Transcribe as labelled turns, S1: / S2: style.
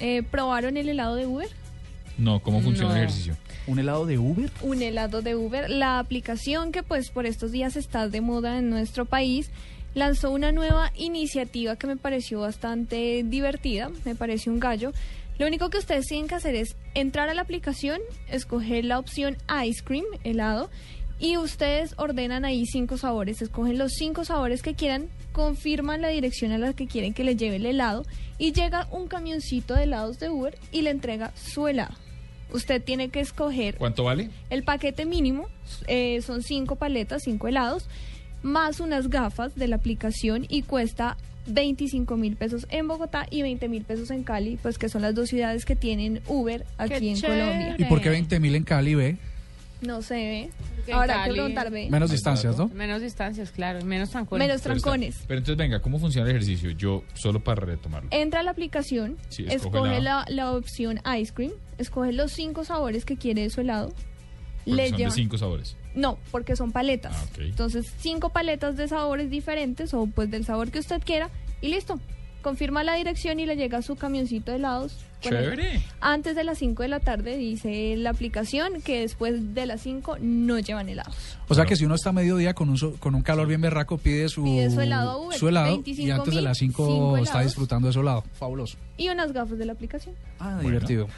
S1: Eh, ¿Probaron el helado de Uber?
S2: No, ¿cómo funciona el
S1: No.
S2: ejercicio?
S3: ¿Un helado de Uber?
S1: un helado de Uber. La aplicación que pues por estos días está de moda en nuestro país lanzó una nueva iniciativa que me pareció bastante divertida, me pareció un gallo. Lo único que ustedes tienen que hacer es entrar a la aplicación, escoger la opción ice cream, helado, y ustedes ordenan ahí cinco sabores, escogen los cinco sabores que quieran, confirman la dirección a la que quieren que les lleve el helado y llega un camioncito de helados de Uber y le entrega su helado. Usted tiene que escoger
S2: ¿Cuánto vale?
S1: el paquete mínimo eh, son cinco paletas, cinco helados, más unas gafas de la aplicación y cuesta 25 mil pesos en Bogotá y 20 mil pesos en Cali, pues que son las dos ciudades que tienen Uber aquí en
S4: chévere.
S1: Colombia.
S3: ¿Y por qué 20 mil en Cali, ve?
S1: No se ve.
S4: Porque en
S1: Ahora hay que
S4: Cali-
S1: preguntar, ve.
S3: Menos distancias, ¿no?
S4: Menos distancias, claro, y menos trancones.
S1: Menos
S2: Pero está-
S1: trancones.
S2: Pero entonces, venga, ¿cómo funciona el ejercicio? Yo, solo para retomarlo.
S1: Entra a la aplicación,
S2: Sí, escoge
S1: escoge
S2: helado.
S1: la, la opción ice cream, escoge los cinco sabores que quiere de su helado.
S2: Porque son de
S1: lleva-
S2: cinco sabores.
S1: No, porque son paletas.
S2: Ah, ok.
S1: Entonces, cinco paletas de sabores diferentes o pues del sabor que usted quiera y listo. Confirma la dirección y le llega su camioncito de helados. con el-
S2: ¡Chévere!
S1: Antes de las 5 de la tarde dice la aplicación que después de las 5 no llevan helados.
S3: O sea
S2: Claro.
S3: que si uno está a mediodía con un, so- con un calor bien berraco, pide su,
S1: Pide su helado a Uber,
S3: su helado, y
S1: 25.000,
S3: antes de las 5
S1: cinco
S3: está
S1: helados.
S3: disfrutando de su helado. Fabuloso.
S1: Y unas gafas de la aplicación.
S3: Ah,
S2: Bueno.
S3: divertido.